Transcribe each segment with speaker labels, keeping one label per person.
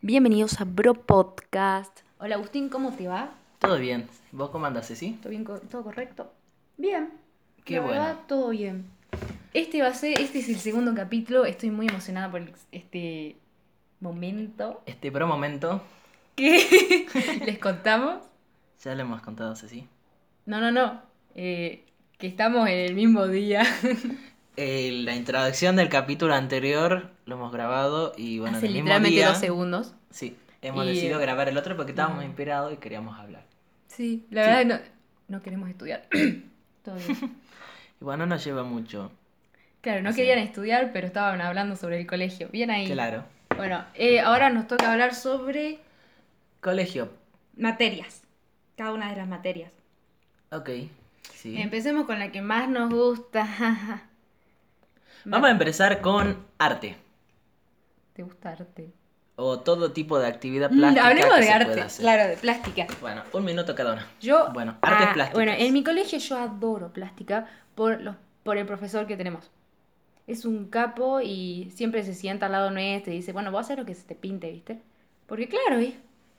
Speaker 1: Bienvenidos a Bro Podcast. Hola Agustín, ¿cómo te va?
Speaker 2: Todo bien. ¿Vos cómo andás, sí?
Speaker 1: ¿Todo bien? co- ¿Todo correcto? Bien.
Speaker 2: Qué
Speaker 1: La verdad,
Speaker 2: bueno.
Speaker 1: todo bien. Este va a ser, este es el segundo capítulo. Estoy muy emocionada por este momento
Speaker 2: Este pro momento,
Speaker 1: que les contamos.
Speaker 2: ya lo hemos contado, Ceci.
Speaker 1: No, no, no. eh, que estamos en el mismo día.
Speaker 2: Eh, la introducción del capítulo anterior lo hemos grabado y bueno, en
Speaker 1: Hace
Speaker 2: el mismo
Speaker 1: literalmente
Speaker 2: día-
Speaker 1: dos segundos.
Speaker 2: Sí, hemos
Speaker 1: Y,
Speaker 2: decidido
Speaker 1: eh,
Speaker 2: grabar el otro porque estábamos
Speaker 1: no.
Speaker 2: inspirados y queríamos hablar.
Speaker 1: Sí, la
Speaker 2: Sí.
Speaker 1: verdad no, no queremos estudiar. todo bien.
Speaker 2: Igual no nos lleva mucho.
Speaker 1: Claro, no
Speaker 2: Así.
Speaker 1: querían estudiar, pero estaban hablando sobre el colegio. Bien ahí.
Speaker 2: Claro.
Speaker 1: Bueno, eh, ahora nos toca hablar sobre
Speaker 2: Colegio.
Speaker 1: materias. Cada una de las materias.
Speaker 2: Ok. Sí.
Speaker 1: Empecemos con la que más nos gusta.
Speaker 2: Vamos a empezar con arte.
Speaker 1: ¿Te gusta arte?
Speaker 2: O todo tipo de actividad
Speaker 1: Mm,
Speaker 2: plástica.
Speaker 1: hablemos
Speaker 2: que
Speaker 1: de
Speaker 2: se pueda
Speaker 1: arte,
Speaker 2: hacer.
Speaker 1: claro, de plástica.
Speaker 2: Bueno, un minuto cada una.
Speaker 1: Yo,
Speaker 2: Bueno, artes
Speaker 1: ah,
Speaker 2: plásticas.
Speaker 1: Bueno, en mi colegio yo adoro plástica por, los, por el profesor que tenemos. Es un capo y siempre se sienta al lado nuestro y dice, bueno, vos haces lo que se te pinte, ¿viste? Porque claro, es,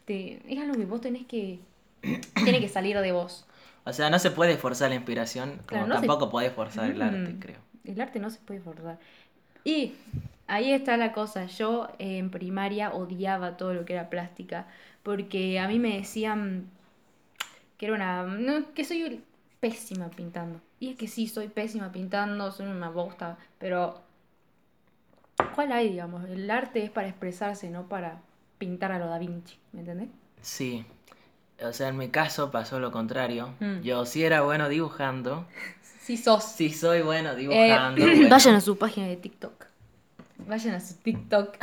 Speaker 1: te- es algo que vos tenés que... tiene que salir de vos.
Speaker 2: O sea, no se puede forzar la inspiración, como
Speaker 1: Claro, no se-
Speaker 2: tampoco podés forzar el arte,
Speaker 1: Mm.
Speaker 2: creo.
Speaker 1: El arte no se puede forzar. Y ahí está la cosa. Yo eh, en primaria odiaba todo lo que era plástica. Porque a mí me decían que era una. no, que soy pésima pintando. Y es que sí, soy pésima pintando, soy una bosta. Pero. ¿Cuál hay, digamos? El arte es para expresarse, no para pintar a lo da Vinci. ¿Me entendés?
Speaker 2: Sí. O sea, en mi caso pasó lo contrario.
Speaker 1: Mm.
Speaker 2: Yo sí era bueno dibujando.
Speaker 1: Sí, sos.
Speaker 2: Sí soy bueno dibujando.
Speaker 1: Eh,
Speaker 2: bueno.
Speaker 1: vayan a su página de TikTok. Vayan a su TikTok.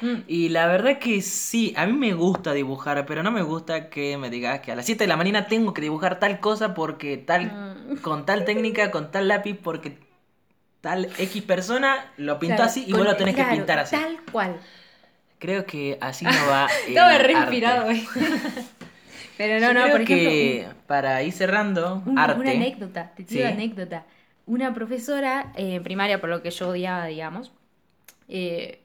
Speaker 1: Mm.
Speaker 2: Y la verdad que sí, a mí me gusta dibujar, pero no me gusta que me digas que a las 7 de la mañana tengo que dibujar tal cosa porque tal,
Speaker 1: Mm.
Speaker 2: con tal técnica, con tal lápiz, porque tal X persona lo pintó
Speaker 1: Claro,
Speaker 2: así y
Speaker 1: con-
Speaker 2: vos lo tenés
Speaker 1: claro,
Speaker 2: que pintar así.
Speaker 1: Tal cual.
Speaker 2: Creo que así no va. el
Speaker 1: Estaba re
Speaker 2: arte.
Speaker 1: inspirado, güey. Pero no,
Speaker 2: Yo
Speaker 1: no,
Speaker 2: creo
Speaker 1: por ejemplo,
Speaker 2: que para ir cerrando,
Speaker 1: un- un-
Speaker 2: arte.
Speaker 1: una anécdota, te tiro
Speaker 2: Sí.
Speaker 1: anécdota. Una profesora eh, en primaria, por lo que yo odiaba, digamos, eh,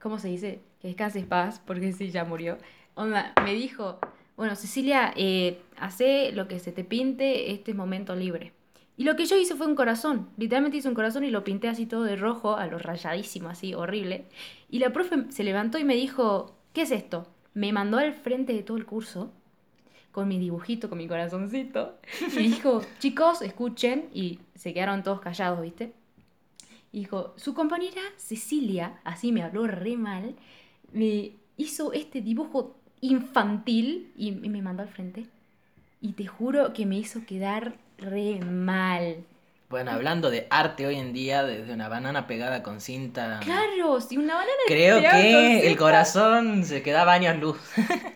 Speaker 1: ¿cómo se dice? Que descanses paz, porque sí, ya murió. Onda, me dijo, bueno, Cecilia, eh, hace lo que se te pinte, este es momento libre. Y lo que yo hice fue un corazón, literalmente hice un corazón y lo pinté así todo de rojo, a lo rayadísimo, así, horrible. Y la profe se levantó y me dijo, ¿qué es esto? Me mandó al frente de todo el curso con mi dibujito, con mi corazoncito. Y dijo, chicos, escuchen. Y se quedaron todos callados, ¿viste? Y dijo, su compañera Cecilia, así me habló re mal, me hizo este dibujo infantil y, y me mandó al frente. Y te juro que me hizo quedar re mal.
Speaker 2: Bueno, hablando de arte hoy en día, desde una banana pegada con cinta.
Speaker 1: Claro, si una banana...
Speaker 2: Creo
Speaker 1: pegada con
Speaker 2: que el
Speaker 1: cinta.
Speaker 2: corazón se quedaba años luz.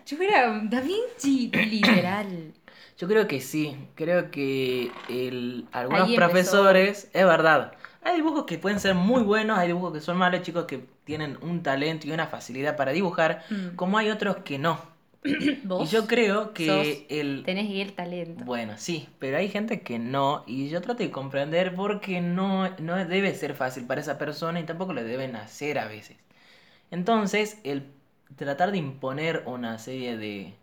Speaker 1: Yo era Da Vinci, literal.
Speaker 2: Yo creo que sí, creo que el- algunos
Speaker 1: Ahí empezó.
Speaker 2: profesores, es verdad, hay dibujos que pueden ser muy buenos, hay dibujos que son malos, chicos que tienen un talento y una facilidad para dibujar,
Speaker 1: Mm.
Speaker 2: como hay otros que no. Y
Speaker 1: Vos
Speaker 2: yo creo que
Speaker 1: sos-
Speaker 2: el...
Speaker 1: tenés el talento.
Speaker 2: Bueno, sí, pero hay gente que no, y yo trato de comprender porque no, no debe ser fácil para esa persona y tampoco le deben hacer a veces. Entonces, el tratar de imponer una serie de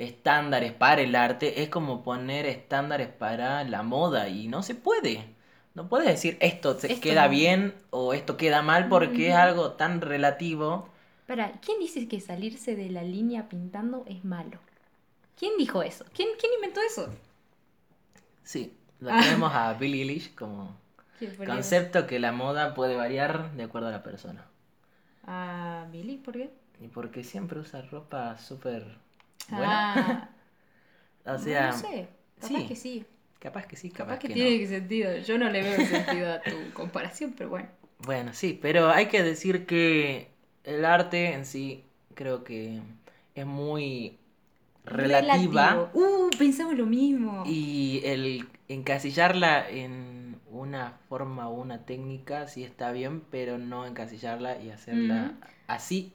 Speaker 2: estándares para el arte es como poner estándares para la moda y no se puede. No puedes decir esto se
Speaker 1: Esto
Speaker 2: queda
Speaker 1: no.
Speaker 2: bien o esto queda mal porque es
Speaker 1: Mm.
Speaker 2: algo tan relativo.
Speaker 1: Para, ¿quién dice que salirse de la línea pintando es malo? ¿Quién dijo eso? ¿Quién, quién inventó eso?
Speaker 2: Sí, lo
Speaker 1: Ah.
Speaker 2: tenemos a Billie Eilish como Concepto que la moda puede variar de acuerdo a la persona.
Speaker 1: Ah, Billy, ¿por qué?
Speaker 2: Y porque siempre usa ropa súper
Speaker 1: Ah,
Speaker 2: buena. o sea,
Speaker 1: no sé, capaz
Speaker 2: sí,
Speaker 1: que sí,
Speaker 2: capaz que sí,
Speaker 1: capaz,
Speaker 2: capaz,
Speaker 1: que,
Speaker 2: que,
Speaker 1: tiene
Speaker 2: no.
Speaker 1: que sentido. Yo no le veo sentido a tu comparación, pero bueno.
Speaker 2: Bueno, sí, pero hay que decir que el arte en sí creo que es muy relativa.
Speaker 1: Relativo. Uh, pensamos lo mismo.
Speaker 2: Y el encasillarla en una forma o
Speaker 1: Mm,
Speaker 2: una técnica sí está bien, pero no encasillarla y hacerla así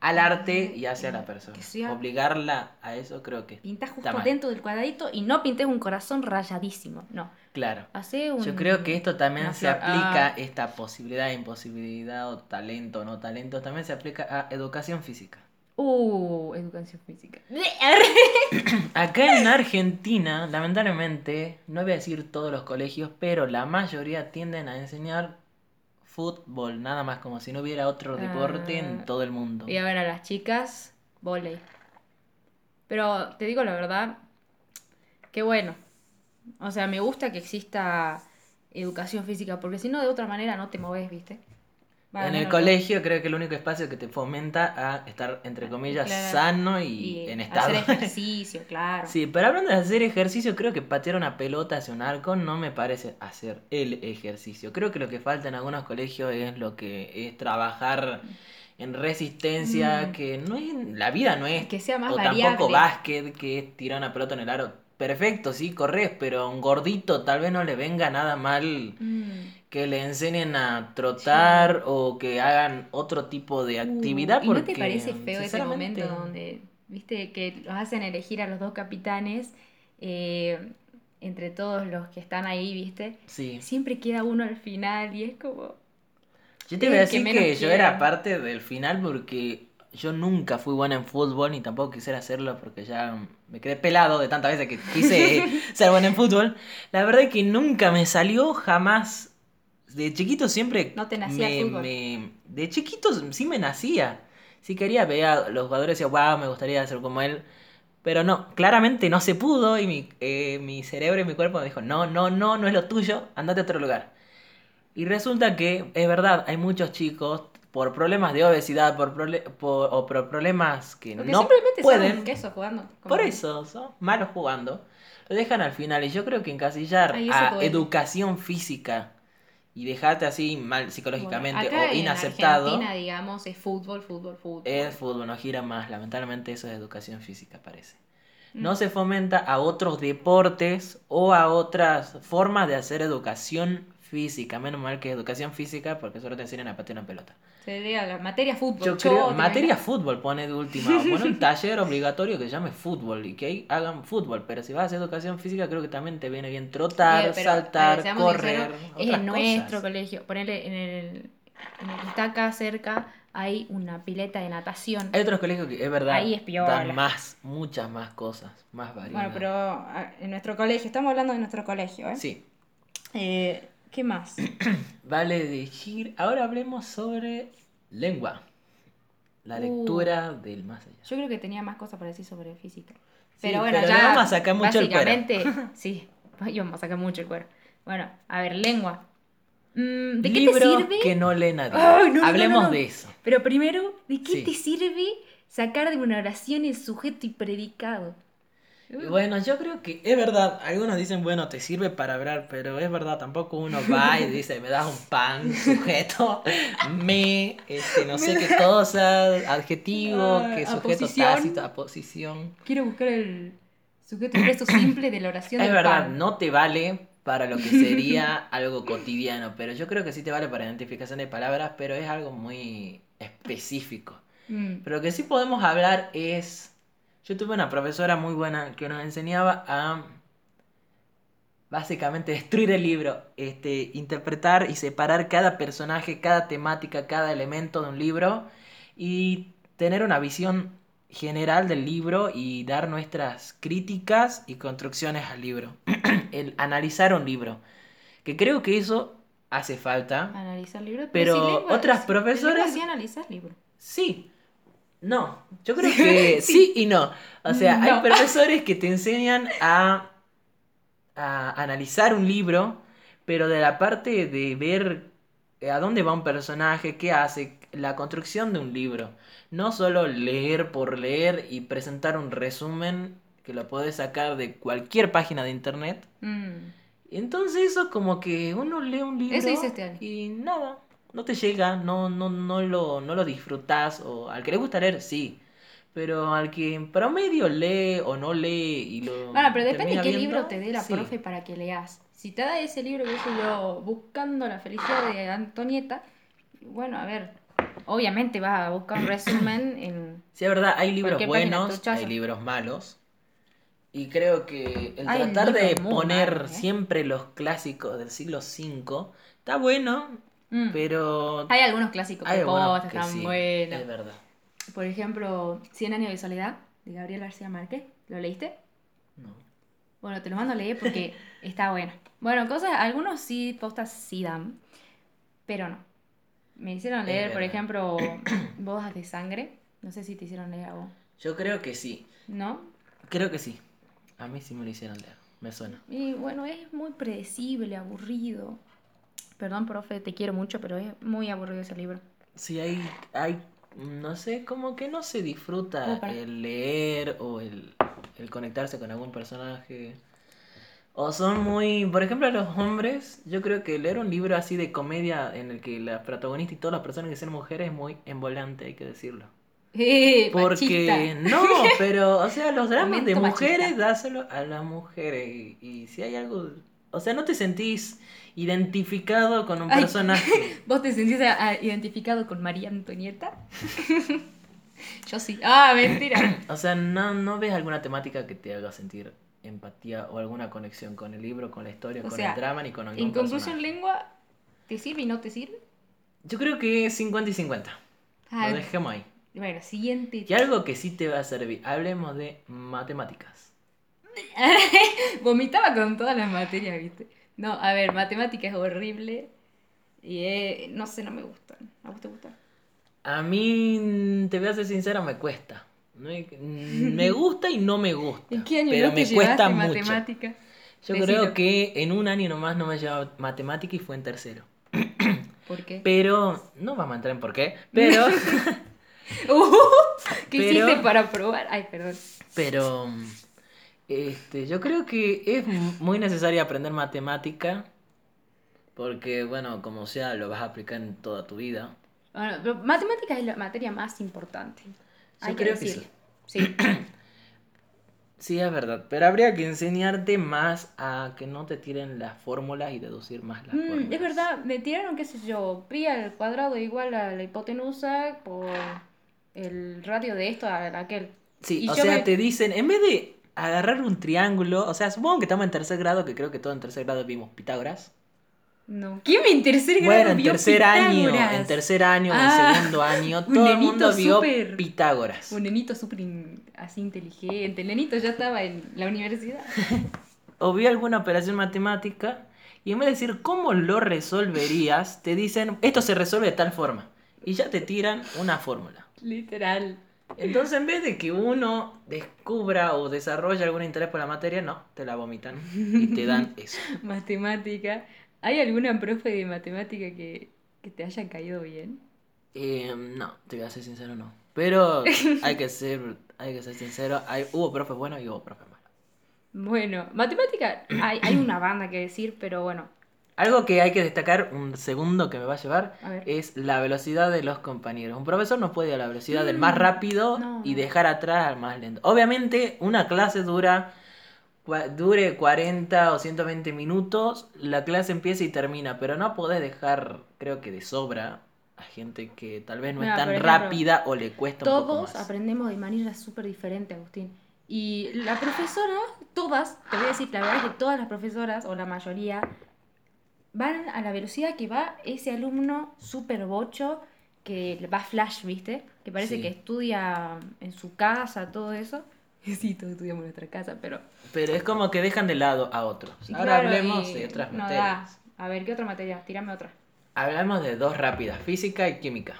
Speaker 2: al arte y hacia la persona.
Speaker 1: Que sea-
Speaker 2: Obligarla a eso creo que...
Speaker 1: Pintás
Speaker 2: Está
Speaker 1: justo
Speaker 2: mal.
Speaker 1: dentro del cuadradito y no pintes un corazón rayadísimo. No.
Speaker 2: Claro.
Speaker 1: Hacé un.
Speaker 2: Yo creo que esto también
Speaker 1: una
Speaker 2: se
Speaker 1: flor.
Speaker 2: aplica,
Speaker 1: Ah.
Speaker 2: esta posibilidad, imposibilidad o talento, no talento, también se aplica a educación física.
Speaker 1: Uh, educación física.
Speaker 2: Acá en Argentina, lamentablemente, no voy a decir todos los colegios, pero la mayoría tienden a enseñar fútbol, nada más como si no hubiera otro deporte
Speaker 1: Ah.
Speaker 2: en todo el mundo.
Speaker 1: Y a ver a las chicas, volei. Pero te digo la verdad, que bueno. O sea, me gusta que exista educación física, porque si no, de otra manera no te moves, ¿viste? Va,
Speaker 2: en
Speaker 1: no,
Speaker 2: el
Speaker 1: no.
Speaker 2: colegio creo que el único espacio que te fomenta a estar, entre comillas,
Speaker 1: Claro.
Speaker 2: sano y,
Speaker 1: Y
Speaker 2: en estado.
Speaker 1: Hacer ejercicio, claro.
Speaker 2: Sí, pero hablando de hacer ejercicio, creo que patear una pelota hacia un arco no me parece hacer el ejercicio. Creo que lo que falta en algunos colegios es lo que es trabajar en resistencia,
Speaker 1: Mm.
Speaker 2: que no es la vida no es
Speaker 1: Que sea más
Speaker 2: o tampoco
Speaker 1: variable.
Speaker 2: básquet, que es tirar una pelota en el aro. Perfecto, sí, corres, pero a un gordito tal vez no le venga nada mal
Speaker 1: Mm.
Speaker 2: que le enseñen a trotar o que hagan otro tipo de actividad.
Speaker 1: Uh, ¿Y
Speaker 2: porque, pues,
Speaker 1: no te parece feo ese
Speaker 2: sinceramente,
Speaker 1: momento donde, viste, que los hacen elegir a los dos capitanes eh, entre todos los que están ahí, viste?
Speaker 2: Sí.
Speaker 1: Siempre queda uno al final y es como...
Speaker 2: Yo te voy a
Speaker 1: Es el que
Speaker 2: decir que,
Speaker 1: menos
Speaker 2: yo
Speaker 1: quiere.
Speaker 2: era parte del final porque yo nunca fui buena en fútbol ni tampoco quisiera hacerlo porque ya me quedé pelado de tantas veces que quise ser buena en fútbol. La verdad es que nunca me salió jamás. De chiquito siempre.
Speaker 1: No te nacía el fútbol.
Speaker 2: me- de chiquito sí me nacía. Si quería veía a los jugadores y decía, wow, me gustaría ser como él. Pero no, claramente no se pudo y mi, eh, mi cerebro y mi cuerpo me dijo, no, no, no, no es lo tuyo, andate a otro lugar. Y resulta que, es verdad, hay muchos chicos por problemas de obesidad, por, prole- por- o por problemas que
Speaker 1: Porque
Speaker 2: no
Speaker 1: simplemente son
Speaker 2: pueden,
Speaker 1: un queso jugando. como-
Speaker 2: por eso, son malos jugando, lo dejan al final. Y yo creo que encasillar
Speaker 1: Ay, eso
Speaker 2: a
Speaker 1: duele.
Speaker 2: educación física y dejarte así mal
Speaker 1: Bueno,
Speaker 2: psicológicamente
Speaker 1: acá
Speaker 2: o
Speaker 1: en
Speaker 2: inaceptado Eh,
Speaker 1: Argentina, digamos, es fútbol, fútbol, fútbol.
Speaker 2: es fútbol, no gira más. Lamentablemente eso es educación física, parece. No
Speaker 1: Mm.
Speaker 2: se fomenta a otros deportes o a otras formas de hacer educación física. Menos mal que es educación física porque solo te enseñan a patear una pelota.
Speaker 1: Sería la materia fútbol. yo
Speaker 2: Yo creo,
Speaker 1: te
Speaker 2: materia fútbol pone de última. Pone un taller obligatorio que se llame fútbol y que ahí hagan fútbol. Pero si vas a hacer educación física, creo que también te viene bien trotar,
Speaker 1: Eh, pero, a ver,
Speaker 2: saltar,
Speaker 1: seamos
Speaker 2: correr.
Speaker 1: sinceros, es
Speaker 2: otras
Speaker 1: en nuestro
Speaker 2: cosas.
Speaker 1: colegio. Ponele en el, en el que está acá cerca, hay una pileta de natación.
Speaker 2: Hay otros colegios que es verdad
Speaker 1: Ahí es piola.
Speaker 2: dan más, muchas más cosas, más variedad.
Speaker 1: Bueno, pero a- en nuestro colegio, estamos hablando de nuestro colegio, ¿eh?
Speaker 2: Sí,
Speaker 1: Eh, ¿Qué más?
Speaker 2: Vale elegir. Ahora hablemos sobre lengua. La
Speaker 1: Uh.
Speaker 2: lectura del más allá.
Speaker 1: Yo creo que tenía más cosas para decir sobre física.
Speaker 2: Sí,
Speaker 1: Pero bueno,
Speaker 2: pero le
Speaker 1: ya.
Speaker 2: vamos a sacar mucho el cuero.
Speaker 1: básicamente, sí, íbamos a sacar mucho el cuero. Bueno, a ver, lengua. Mm, ¿De qué
Speaker 2: Libro
Speaker 1: te sirve?
Speaker 2: que no lee nadie.
Speaker 1: Ay, no, no,
Speaker 2: Hablemos
Speaker 1: no, no.
Speaker 2: de eso.
Speaker 1: Pero primero, ¿de qué
Speaker 2: Sí.
Speaker 1: te sirve sacar de una oración el sujeto y predicado?
Speaker 2: Y Bueno, yo creo que es verdad. Algunos dicen, bueno, te sirve para hablar, pero es verdad, tampoco uno va y dice, me das un pan, sujeto, me, este, no sé qué cosas, adjetivo,
Speaker 1: Ah,
Speaker 2: que sujeto
Speaker 1: aposición.
Speaker 2: tácito, aposición.
Speaker 1: Quiero buscar el sujeto preso simple de la oración
Speaker 2: Es
Speaker 1: del
Speaker 2: verdad,
Speaker 1: pan.
Speaker 2: no te vale para lo que sería algo cotidiano, pero yo creo que sí te vale para identificación de palabras, pero es algo muy específico.
Speaker 1: Mm,
Speaker 2: Pero lo que sí podemos hablar es, yo tuve una profesora muy buena que nos enseñaba a básicamente destruir el libro, este, interpretar y separar cada personaje, cada temática, cada elemento de un libro y tener una visión general del libro y dar nuestras críticas y construcciones al libro, el analizar un libro, que creo que eso hace falta.
Speaker 1: analizar libros.
Speaker 2: Pero
Speaker 1: si lengua-
Speaker 2: otras
Speaker 1: si-
Speaker 2: profesoras-
Speaker 1: lengua sí analizar libros.
Speaker 2: Sí. No, yo creo que sí y no. O sea, hay
Speaker 1: No.
Speaker 2: profesores que te enseñan a, a analizar un libro, pero de la parte de ver eh, a dónde va un personaje, qué hace, la construcción de un libro. No solo leer por leer y presentar un resumen que lo puedes sacar de cualquier página de internet.
Speaker 1: Mm.
Speaker 2: Entonces eso como que uno lee un libro
Speaker 1: Eso hice este año.
Speaker 2: y nada, no te llega, no, no, no lo, no lo disfrutás, o al que le gusta leer, sí. Pero al que en promedio lee o no lee y lo.
Speaker 1: Bueno, pero depende
Speaker 2: termina
Speaker 1: de qué
Speaker 2: viendo,
Speaker 1: libro te dé la
Speaker 2: sí.
Speaker 1: profe para que leas. Si te da ese libro que yo Buscando la felicidad de Antonieta, bueno, a ver, obviamente vas a buscar un resumen en...
Speaker 2: Sí, es verdad, hay libros
Speaker 1: Cualquier página,
Speaker 2: buenos,
Speaker 1: tochazo.
Speaker 2: hay libros malos. Y creo que el
Speaker 1: Hay
Speaker 2: tratar de
Speaker 1: libros muy
Speaker 2: poner
Speaker 1: malos, ¿eh?
Speaker 2: siempre los clásicos del siglo V está bueno,
Speaker 1: Mm.
Speaker 2: pero
Speaker 1: Hay algunos clásicos
Speaker 2: hay
Speaker 1: que
Speaker 2: algunos
Speaker 1: posta,
Speaker 2: que
Speaker 1: están
Speaker 2: sí,
Speaker 1: buenos.
Speaker 2: Es verdad.
Speaker 1: Por ejemplo, Cien años de soledad, de Gabriel García Márquez. ¿Lo leíste?
Speaker 2: No.
Speaker 1: Bueno, te lo mando a leer porque está bueno. Bueno, cosas, algunos sí, postas sí dan, pero no. Me hicieron
Speaker 2: Es
Speaker 1: leer, por
Speaker 2: verdad.
Speaker 1: ejemplo, Bodas de Sangre. No sé si te hicieron leer a vos.
Speaker 2: Yo creo que sí.
Speaker 1: ¿No?
Speaker 2: Creo que sí. A mí sí me lo hicieron leer. Me suena.
Speaker 1: Y bueno, es muy predecible, aburrido. Perdón, profe, te quiero mucho, pero es muy aburrido ese libro.
Speaker 2: Sí, hay, hay, no sé, como que no se disfruta
Speaker 1: Como para-
Speaker 2: el leer o el, el conectarse con algún personaje. O son muy, por ejemplo, a los hombres, yo creo que leer un libro así de comedia en el que la protagonista y todas las personas que sean mujeres es muy envolante, hay que decirlo.
Speaker 1: Eh,
Speaker 2: Porque
Speaker 1: Machista.
Speaker 2: no, pero, o sea, los dramas de
Speaker 1: Momento
Speaker 2: mujeres,
Speaker 1: machista.
Speaker 2: dáselo a las mujeres. Y, y si hay algo, o sea, no te sentís identificado con un
Speaker 1: Ay.
Speaker 2: personaje.
Speaker 1: ¿Vos te sentís ah, identificado con María Antonieta? Yo sí. Ah, mentira.
Speaker 2: O sea, no, no ves alguna temática que te haga sentir empatía o alguna conexión con el libro, con la historia,
Speaker 1: O
Speaker 2: con
Speaker 1: sea,
Speaker 2: el drama ni con algún
Speaker 1: En conclusión,
Speaker 2: personaje.
Speaker 1: lengua, ¿te sirve y no te sirve?
Speaker 2: Yo creo que es 50 y 50.
Speaker 1: Ah,
Speaker 2: Lo dejemos ahí.
Speaker 1: Bueno, siguiente.
Speaker 2: Y algo que sí te va a servir. Hablemos de matemáticas.
Speaker 1: Vomitaba con todas las materias, ¿viste? No, a ver, matemática es horrible. Y eh, no sé, no me gustan. ¿A vos te gustan?
Speaker 2: A mí, mm, te voy a ser sincera, me cuesta. No hay- mm, Me gusta y no me gusta.
Speaker 1: ¿En qué año
Speaker 2: pero
Speaker 1: no te
Speaker 2: me cuesta
Speaker 1: llevaste
Speaker 2: mucho.
Speaker 1: matemática?
Speaker 2: Yo
Speaker 1: Decilo.
Speaker 2: creo que en un año nomás no me llevaba matemática y fue en tercero.
Speaker 1: ¿Por qué?
Speaker 2: Pero, no vamos a entrar en por qué, pero...
Speaker 1: Uh, ¿Qué
Speaker 2: Pero-
Speaker 1: hiciste para probar? Ay, perdón.
Speaker 2: Pero mm, este, yo creo que es mu- muy necesario aprender matemática porque, bueno, como sea, lo vas a aplicar en toda tu vida.
Speaker 1: Bueno, pero matemática es la materia más importante. Hay
Speaker 2: creo que
Speaker 1: decirlo. Sí.
Speaker 2: Sí, es verdad, pero habría que enseñarte más a que no te tiren las fórmulas y deducir más las
Speaker 1: Mm,
Speaker 2: fórmulas.
Speaker 1: es verdad, me tiraron, qué sé yo, pi al cuadrado igual a la hipotenusa por el radio de esto a aquel.
Speaker 2: Sí,
Speaker 1: Y
Speaker 2: o
Speaker 1: yo
Speaker 2: sea,
Speaker 1: me-
Speaker 2: te dicen, en vez de agarrar un triángulo, o sea, supongo que estamos en tercer grado, que creo que todos en tercer grado vimos Pitágoras.
Speaker 1: No. ¿Quién me en tercer grado
Speaker 2: Bueno, en
Speaker 1: vio
Speaker 2: tercer
Speaker 1: Pitágoras?
Speaker 2: año, en tercer año,
Speaker 1: Ah,
Speaker 2: en segundo año,
Speaker 1: un
Speaker 2: todo el
Speaker 1: nenito
Speaker 2: mundo vio
Speaker 1: súper-
Speaker 2: Pitágoras.
Speaker 1: Un nenito súper in- así inteligente. El nenito ya estaba en la universidad.
Speaker 2: o vio alguna operación matemática y en vez de decir cómo lo resolverías, te dicen esto se resuelve de tal forma y ya te tiran una fórmula.
Speaker 1: Literal.
Speaker 2: Entonces en vez de que uno descubra o desarrolle algún interés por la materia, no, te la vomitan y te dan eso.
Speaker 1: Matemática. ¿Hay alguna profe de matemática que, que te haya caído bien?
Speaker 2: Eh, no, te voy a ser sincero, no. Pero hay que ser, hay que ser sincero, hay- hubo profes buenos y hubo profes malos.
Speaker 1: Bueno, matemática, hay, hay una banda que decir, pero bueno,
Speaker 2: Algo que hay que destacar, un segundo que me va a llevar,
Speaker 1: A ver.
Speaker 2: es la velocidad de los compañeros. Un profesor no puede ir a la velocidad del
Speaker 1: Mm,
Speaker 2: más rápido
Speaker 1: no,
Speaker 2: y
Speaker 1: no.
Speaker 2: dejar atrás al más lento. Obviamente, una clase dura cua- dure 40 o 120 minutos, la clase empieza y termina, pero no podés dejar, creo que de sobra, a gente que tal vez no
Speaker 1: Mira,
Speaker 2: es tan
Speaker 1: por ejemplo,
Speaker 2: rápida o le cuesta un poco
Speaker 1: todos
Speaker 2: más.
Speaker 1: aprendemos de manera súper diferente, Agustín. Y la profesora, todas, te voy a decir, la verdad es que todas las profesoras, o la mayoría, van a la velocidad que va ese alumno súper bocho que va flash, ¿viste? Que parece
Speaker 2: Sí.
Speaker 1: que estudia en su casa, todo eso. Sí, todos estudiamos en nuestra casa, pero...
Speaker 2: Pero es como que dejan de lado a otros.
Speaker 1: y
Speaker 2: Ahora
Speaker 1: claro,
Speaker 2: hablemos
Speaker 1: y
Speaker 2: de otras
Speaker 1: no da.
Speaker 2: materias.
Speaker 1: A ver, ¿qué otra materia? Tírame otra.
Speaker 2: Hablamos de dos rápidas, física y química.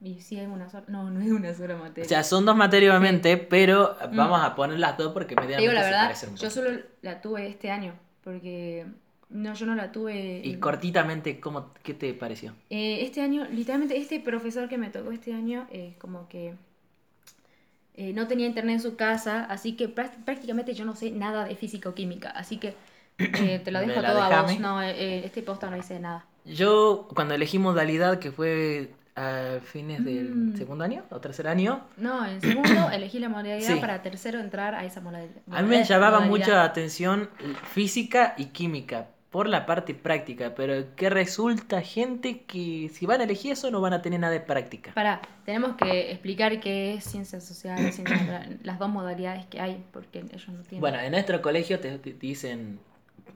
Speaker 1: Y sí, es una sola... No, no es una sola
Speaker 2: O
Speaker 1: materia.
Speaker 2: sea, son dos materias, obviamente, pero vamos a poner las dos porque
Speaker 1: Te Mm. digo
Speaker 2: medianamente
Speaker 1: la
Speaker 2: se
Speaker 1: verdad,
Speaker 2: parecen un
Speaker 1: yo
Speaker 2: poco.
Speaker 1: solo la tuve este año, porque no, yo no la tuve...
Speaker 2: Y
Speaker 1: en-
Speaker 2: cortitamente, ¿cómo, ¿qué te pareció?
Speaker 1: Eh, este año, literalmente, este profesor que me tocó este año, eh, como que eh, no tenía internet en su casa, así que práct- prácticamente yo no sé nada de física o química, así que eh, te lo
Speaker 2: Me
Speaker 1: dejo
Speaker 2: la
Speaker 1: todo a
Speaker 2: dejame.
Speaker 1: vos. No, eh, eh, este posta no hice nada.
Speaker 2: Yo, cuando elegí modalidad, que fue a fines del
Speaker 1: Mm.
Speaker 2: segundo año o tercer año,
Speaker 1: No, en segundo elegí la modalidad
Speaker 2: Sí.
Speaker 1: para tercero entrar a esa modalidad.
Speaker 2: a mí me llamaba
Speaker 1: modalidad.
Speaker 2: mucho la atención física y química, por la parte práctica, pero que resulta gente que si van a elegir eso no van a tener nada de práctica.
Speaker 1: Para, tenemos que explicar qué es ciencias sociales, ciencias naturales, las dos modalidades que hay, porque ellos no tienen.
Speaker 2: Bueno, en nuestro colegio te, te dicen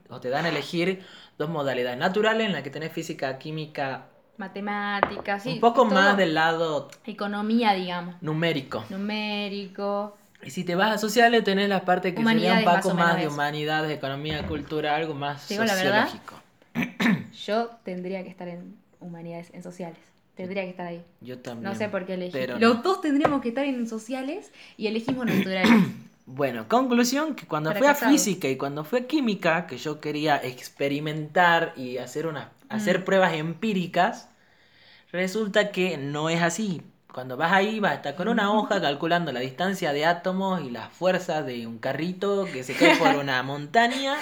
Speaker 2: o te dan a elegir dos modalidades naturales en las que tenés física, química,
Speaker 1: matemáticas, sí,
Speaker 2: un poco
Speaker 1: todo.
Speaker 2: más del lado
Speaker 1: Economía, digamos.
Speaker 2: numérico.
Speaker 1: Numérico.
Speaker 2: Y si te vas a sociales tenés la parte que sería un
Speaker 1: Humanidades, más
Speaker 2: poco
Speaker 1: o
Speaker 2: más,
Speaker 1: menos
Speaker 2: de
Speaker 1: eso.
Speaker 2: humanidades, de economía, cultura, algo más
Speaker 1: Te digo la verdad.
Speaker 2: sociológico.
Speaker 1: Yo tendría que estar en humanidades, en sociales. Tendría que estar ahí.
Speaker 2: Yo también.
Speaker 1: No sé por qué elegí.
Speaker 2: pero
Speaker 1: Los
Speaker 2: no.
Speaker 1: dos tendríamos que estar en sociales y elegimos naturales.
Speaker 2: Bueno, conclusión que cuando fue a
Speaker 1: Fracasados.
Speaker 2: física y cuando fue a química, que yo quería experimentar y hacer unas
Speaker 1: Mm.
Speaker 2: hacer pruebas empíricas, resulta que no es así. Cuando vas ahí vas a estar con una hoja calculando la distancia de átomos y las fuerzas de un carrito que se cae por una montaña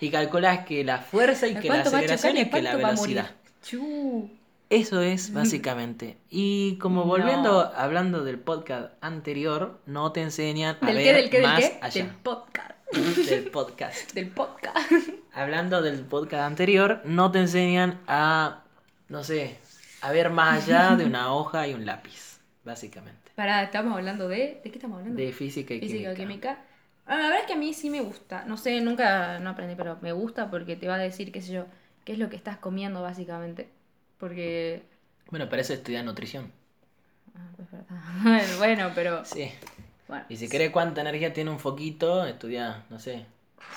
Speaker 2: y calculas que la fuerza y que la
Speaker 1: ¿Cuánto va a
Speaker 2: aceleración
Speaker 1: chocar y
Speaker 2: y que la
Speaker 1: cuánto va a morir?
Speaker 2: velocidad.
Speaker 1: Chu.
Speaker 2: Eso es básicamente. Y como
Speaker 1: No.
Speaker 2: volviendo hablando del podcast anterior, no te enseñan a
Speaker 1: ¿Del qué,
Speaker 2: ver
Speaker 1: del qué, del
Speaker 2: más
Speaker 1: qué?
Speaker 2: allá
Speaker 1: Del podcast.
Speaker 2: del podcast.
Speaker 1: Del podcast.
Speaker 2: Hablando del podcast anterior, no te enseñan a, no sé, a ver más allá de una hoja y un lápiz, básicamente.
Speaker 1: Pará, estamos hablando de. ¿De qué estamos hablando?
Speaker 2: De física y
Speaker 1: física
Speaker 2: química.
Speaker 1: o química. Ah, la verdad es que a mí sí me gusta. No sé, nunca no aprendí, pero me gusta porque te va a decir, qué sé yo, qué es lo que estás comiendo básicamente. Porque.
Speaker 2: Bueno, para eso estudiar nutrición.
Speaker 1: ah, es verdad. bueno, pero.
Speaker 2: Sí.
Speaker 1: Bueno.
Speaker 2: Y si querés cuánta energía tiene un foquito, estudia, no sé,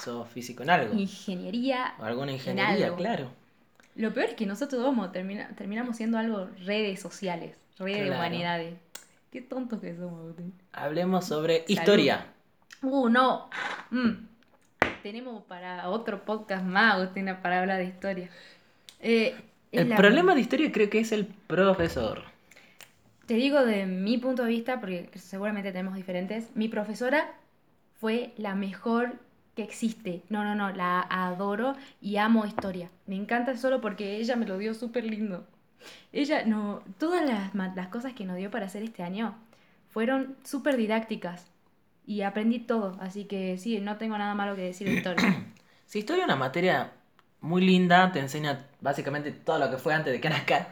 Speaker 2: sos físico en algo.
Speaker 1: Ingeniería.
Speaker 2: O alguna ingeniería,
Speaker 1: algo.
Speaker 2: claro.
Speaker 1: Lo peor es que nosotros dos termina, terminamos siendo algo redes sociales, redes de
Speaker 2: Claro.
Speaker 1: humanidades. Qué tontos que somos, Agustín.
Speaker 2: Hablemos sobre historia.
Speaker 1: Uh, no. Mm. Tenemos para otro podcast más, Agustina, para hablar de historia. Eh, es
Speaker 2: El
Speaker 1: la-
Speaker 2: problema de historia creo que es el profesor.
Speaker 1: Te digo de mi punto de vista, porque seguramente tenemos diferentes. Mi profesora fue la mejor que existe. No, no, no, la adoro y amo historia. Me encanta solo porque ella me lo dio súper lindo. Ella, no, todas las, ma- las cosas que nos dio para hacer este año fueron súper didácticas y aprendí todo. Así que sí, no tengo nada malo que decir de historia.
Speaker 2: Si historia es una materia muy linda, te enseña básicamente todo lo que fue antes de que nazca.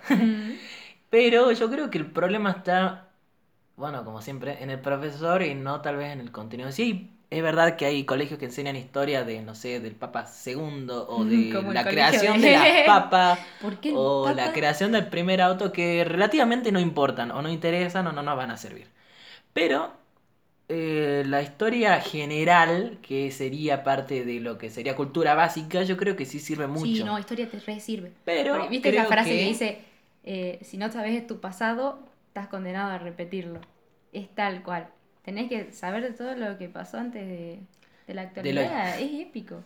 Speaker 2: Pero yo creo que el problema está, bueno, como siempre, en el profesor y no tal vez en el contenido. Sí, es verdad que hay colegios que enseñan historia de, no sé, del Papa II o de
Speaker 1: Como el
Speaker 2: la
Speaker 1: colegio
Speaker 2: creación de,
Speaker 1: de-
Speaker 2: las papas
Speaker 1: ¿Por qué el
Speaker 2: o la
Speaker 1: Papa?
Speaker 2: creación del primer auto que relativamente no importan o no interesan o no nos van a servir. Pero eh, la historia general, que sería parte de lo que sería cultura básica, yo creo que sí sirve mucho.
Speaker 1: Sí, no, historia te re sirve.
Speaker 2: Pero
Speaker 1: Porque, ¿Viste
Speaker 2: creo
Speaker 1: esa frase que,
Speaker 2: que
Speaker 1: dice, eh, si no sabes tu pasado, estás condenado a repetirlo? Es tal cual. Tenés que saber de todo lo que pasó antes de, de la actualidad. Es épico.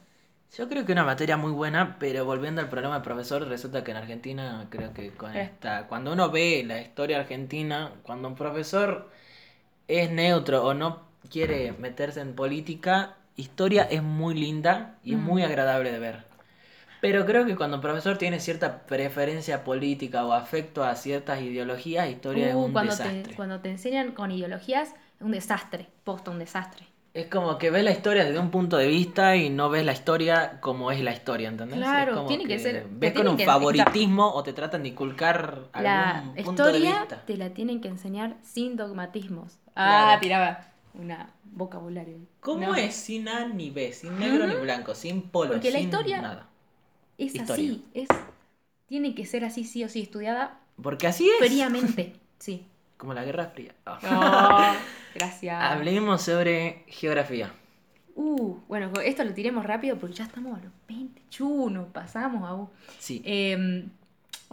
Speaker 2: Yo creo que una materia muy buena, pero volviendo al programa del profesor, resulta que en Argentina creo que con
Speaker 1: Eh.
Speaker 2: esta, cuando uno ve la historia argentina, cuando un profesor es neutro o no quiere meterse en política, historia es muy linda y es
Speaker 1: Mm.
Speaker 2: muy agradable de ver. Pero creo que cuando un profesor tiene cierta preferencia política o afecto a ciertas ideologías, historia es
Speaker 1: Uh,
Speaker 2: un
Speaker 1: cuando,
Speaker 2: desastre.
Speaker 1: te, cuando te enseñan con ideologías, es un desastre. Posta, un desastre.
Speaker 2: Es como que ves la historia desde un punto de vista y no ves la historia como es la historia, ¿entendés?
Speaker 1: Claro,
Speaker 2: Es como
Speaker 1: tiene que ser- te
Speaker 2: Ves con
Speaker 1: tienen
Speaker 2: un
Speaker 1: que
Speaker 2: favoritismo o te tratan de inculcar
Speaker 1: La
Speaker 2: algún punto de
Speaker 1: historia
Speaker 2: vista.
Speaker 1: te la tienen que enseñar sin dogmatismos.
Speaker 2: Claro.
Speaker 1: Ah, tiraba una vocabulario.
Speaker 2: ¿Cómo
Speaker 1: No.
Speaker 2: es sin A ni B, sin negro ni blanco, sin polo,
Speaker 1: Porque la
Speaker 2: sin
Speaker 1: historia-
Speaker 2: nada?
Speaker 1: Es
Speaker 2: Historia.
Speaker 1: así. Es, tiene que ser así, sí o sí, estudiada
Speaker 2: Porque así es.
Speaker 1: fríamente. Sí.
Speaker 2: Como la Guerra Fría. Ah.
Speaker 1: No, gracias.
Speaker 2: Hablemos sobre geografía.
Speaker 1: Uh, bueno, con esto lo tiremos rápido porque ya estamos a los 20. Chuno, pasamos a...
Speaker 2: Sí.
Speaker 1: Eh,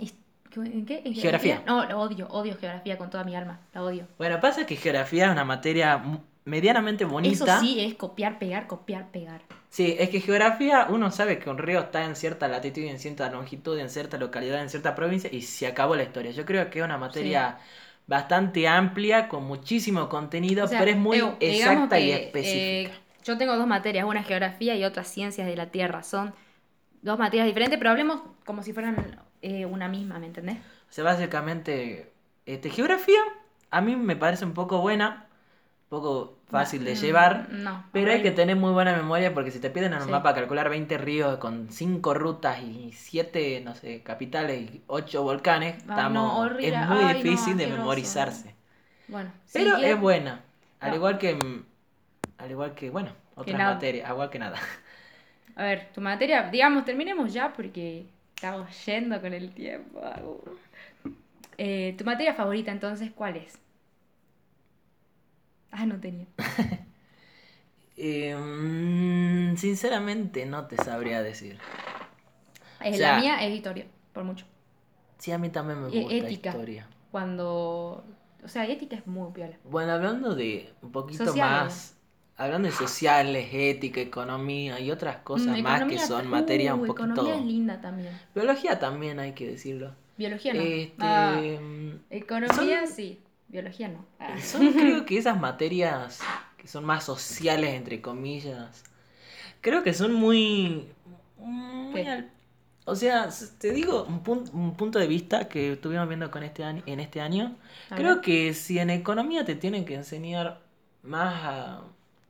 Speaker 1: es- ¿En qué? ¿En
Speaker 2: Geografía.
Speaker 1: No, lo odio, odio geografía con toda mi alma, la odio.
Speaker 2: Bueno, pasa que geografía es una materia mu- medianamente bonita.
Speaker 1: Eso sí es copiar, pegar, copiar, pegar.
Speaker 2: Sí, es que geografía, uno sabe que un río está en cierta latitud, y en cierta longitud, en cierta localidad, en cierta provincia y se acabó la historia. Yo creo que es una materia bastante amplia, con muchísimo contenido,
Speaker 1: O sea,
Speaker 2: pero es muy
Speaker 1: Evo, digamos
Speaker 2: exacta y
Speaker 1: que,
Speaker 2: específica.
Speaker 1: eh, yo tengo dos materias, una es geografía y otra ciencias de la Tierra. Son dos materias diferentes, pero hablemos como si fueran eh, una misma, ¿me entendés?
Speaker 2: O sea, básicamente, este, geografía a mí me parece un poco buena, poco fácil de llevar.
Speaker 1: No.
Speaker 2: Pero hay que
Speaker 1: horrible.
Speaker 2: tener muy buena memoria porque si te piden en un
Speaker 1: Sí.
Speaker 2: mapa calcular 20 ríos con 5 rutas y 7, no sé, capitales y 8 volcanes,
Speaker 1: Ah,
Speaker 2: estamos-
Speaker 1: no, horrible.
Speaker 2: es
Speaker 1: Ay,
Speaker 2: muy
Speaker 1: no,
Speaker 2: difícil de
Speaker 1: asqueroso.
Speaker 2: memorizarse.
Speaker 1: Bueno, sí,
Speaker 2: Pero
Speaker 1: quiero-
Speaker 2: es buena. Al
Speaker 1: No.
Speaker 2: igual que, mm, al igual que, bueno, otras
Speaker 1: nada.
Speaker 2: materias, igual que nada.
Speaker 1: A ver, tu materia, digamos, terminemos ya porque estamos yendo con el tiempo. Agu. Eh, tu materia favorita entonces, ¿cuál es? Ah, no tenía.
Speaker 2: Eh, mm, sinceramente no te sabría decir.
Speaker 1: Eh,
Speaker 2: O sea-
Speaker 1: la mía es historia, por mucho.
Speaker 2: Sí, a mí también me
Speaker 1: Y
Speaker 2: gusta
Speaker 1: ética.
Speaker 2: historia.
Speaker 1: Cuando. O sea, ética es muy piola.
Speaker 2: Bueno, hablando de un poquito
Speaker 1: Sociales.
Speaker 2: más, hablando de sociales, ética, economía y otras cosas
Speaker 1: Mm,
Speaker 2: más
Speaker 1: economía-
Speaker 2: que son materia
Speaker 1: Uh,
Speaker 2: un poquito...
Speaker 1: Economía es linda también.
Speaker 2: Biología también hay que decirlo.
Speaker 1: Biología no.
Speaker 2: Este,
Speaker 1: Ah,
Speaker 2: mm,
Speaker 1: economía sí, biología no. Ah.
Speaker 2: eh, son creo que esas materias que son más sociales, entre comillas, creo que son muy... muy
Speaker 1: ¿Qué?
Speaker 2: al- o sea, s- te digo un, pun- un punto de vista que estuvimos viendo con este año, en este año.
Speaker 1: A
Speaker 2: Creo
Speaker 1: ver.
Speaker 2: que si en economía te tienen que enseñar más a,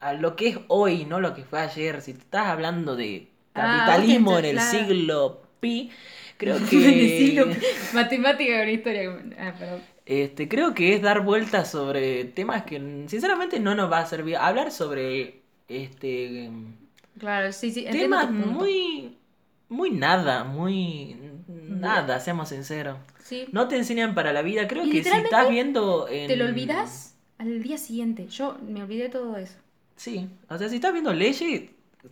Speaker 2: a lo que es hoy, no lo que fue ayer, si te estás hablando de
Speaker 1: Ah,
Speaker 2: capitalismo
Speaker 1: vos
Speaker 2: en
Speaker 1: te-
Speaker 2: el
Speaker 1: claro.
Speaker 2: siglo pi, creo
Speaker 1: Decilo.
Speaker 2: que
Speaker 1: Matemática con historia. Ah, perdón.
Speaker 2: este creo que es dar vueltas sobre temas que mm, sinceramente no nos va a servir. Hablar sobre este
Speaker 1: Claro, sí, sí. entiendo
Speaker 2: temas
Speaker 1: tu punto.
Speaker 2: muy muy nada, muy nada, seamos sinceros.
Speaker 1: Sí.
Speaker 2: No te enseñan para la vida, creo
Speaker 1: Y
Speaker 2: que si estás
Speaker 1: literalmente
Speaker 2: viendo en...
Speaker 1: ¿Te lo olvidas? Al día siguiente. Yo me olvidé todo eso.
Speaker 2: Sí, o sea, si estás viendo leyes,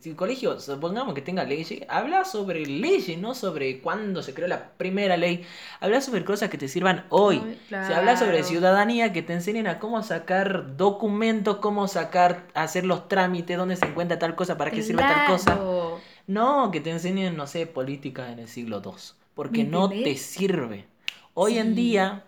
Speaker 2: si el colegio, supongamos que tenga leyes, habla sobre leyes, no sobre cuándo se creó la primera ley. Habla sobre cosas que te sirvan hoy.
Speaker 1: Hoy,
Speaker 2: Si habla sobre
Speaker 1: claro.
Speaker 2: ciudadanía, que te enseñen a cómo sacar documentos, cómo sacar, hacer los trámites, dónde se encuentra tal cosa, para qué sirve tal cosa.
Speaker 1: Claro.
Speaker 2: No, que te enseñen, no sé, política en el siglo II, porque
Speaker 1: ¿Me
Speaker 2: no te
Speaker 1: entendés?
Speaker 2: sirve. Hoy en
Speaker 1: Sí.
Speaker 2: día,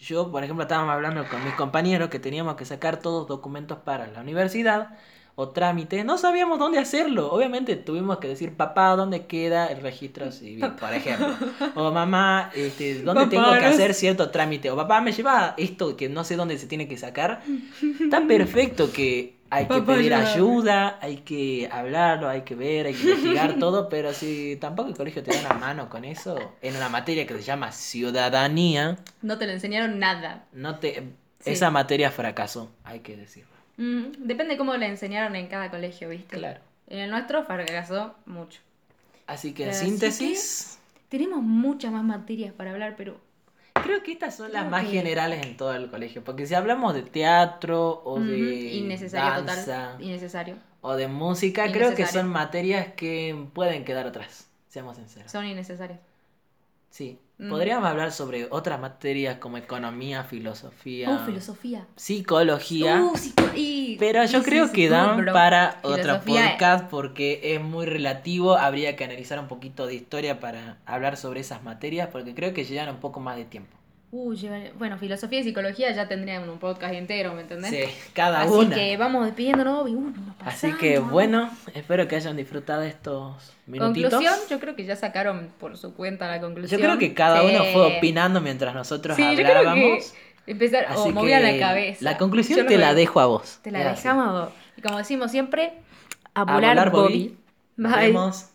Speaker 2: yo, por ejemplo, estábamos hablando con mis compañeros que teníamos que sacar todos documentos para la universidad o trámites, no sabíamos dónde hacerlo. Obviamente tuvimos que decir, papá, ¿dónde queda el registro civil? Por ejemplo. O mamá, este, ¿dónde
Speaker 1: Papá,
Speaker 2: tengo que
Speaker 1: no
Speaker 2: hacer cierto trámite? O papá, ¿me lleva esto que no sé dónde se tiene que sacar? Está perfecto que hay que
Speaker 1: Papá,
Speaker 2: pedir
Speaker 1: ayúdame.
Speaker 2: ayuda, hay que hablarlo, hay que ver, hay que investigar todo, pero si tampoco el colegio te da una mano con eso, en una materia que se llama ciudadanía,
Speaker 1: No te lo enseñaron nada.
Speaker 2: no te
Speaker 1: Sí.
Speaker 2: esa materia fracasó, hay que decirlo.
Speaker 1: Mm, depende cómo le enseñaron en cada colegio, ¿viste?
Speaker 2: Claro.
Speaker 1: En el nuestro fracasó mucho.
Speaker 2: Así que en
Speaker 1: Así
Speaker 2: síntesis,
Speaker 1: Tenemos muchas más materias para hablar, pero
Speaker 2: creo que estas son las
Speaker 1: Creo
Speaker 2: más
Speaker 1: que-
Speaker 2: generales en todo el colegio, porque si hablamos de teatro o
Speaker 1: mm,
Speaker 2: de
Speaker 1: innecesario
Speaker 2: danza
Speaker 1: total. Innecesario.
Speaker 2: o de música, creo que
Speaker 1: Innecesario.
Speaker 2: son materias que pueden quedar atrás, seamos sinceros.
Speaker 1: Son innecesarias.
Speaker 2: Sí,
Speaker 1: Mm.
Speaker 2: podríamos hablar sobre otras materias como economía, filosofía,
Speaker 1: Oh, filosofía.
Speaker 2: psicología,
Speaker 1: Uh, psico- y-
Speaker 2: pero yo
Speaker 1: y
Speaker 2: creo que dan
Speaker 1: bro.
Speaker 2: para otro
Speaker 1: Filosofía,
Speaker 2: podcast porque es muy relativo, habría que analizar un poquito de historia para hablar sobre esas materias porque creo que llevan un poco más de tiempo.
Speaker 1: Uh, llevar- bueno, filosofía y psicología ya tendrían un podcast entero, ¿me entendés?
Speaker 2: Sí, cada
Speaker 1: Así
Speaker 2: una.
Speaker 1: que vamos despidiéndonos y uh, nos
Speaker 2: Así
Speaker 1: pasamos.
Speaker 2: que bueno, espero que hayan disfrutado estos minutitos.
Speaker 1: Conclusión, yo creo que ya sacaron por su cuenta la conclusión.
Speaker 2: Yo creo que cada
Speaker 1: Sí.
Speaker 2: uno fue opinando mientras nosotros
Speaker 1: Sí, yo creo
Speaker 2: hablábamos.
Speaker 1: que empezar oh, o
Speaker 2: Así
Speaker 1: movían
Speaker 2: que
Speaker 1: la cabeza.
Speaker 2: La
Speaker 1: Yo
Speaker 2: conclusión
Speaker 1: lo
Speaker 2: te la
Speaker 1: veo.
Speaker 2: dejo a vos.
Speaker 1: Te la
Speaker 2: Gracias.
Speaker 1: dejamos. Y como decimos siempre, a
Speaker 2: volar,
Speaker 1: volar,
Speaker 2: Bobby.
Speaker 1: Bobby.
Speaker 2: Nos
Speaker 1: Bye.
Speaker 2: vemos.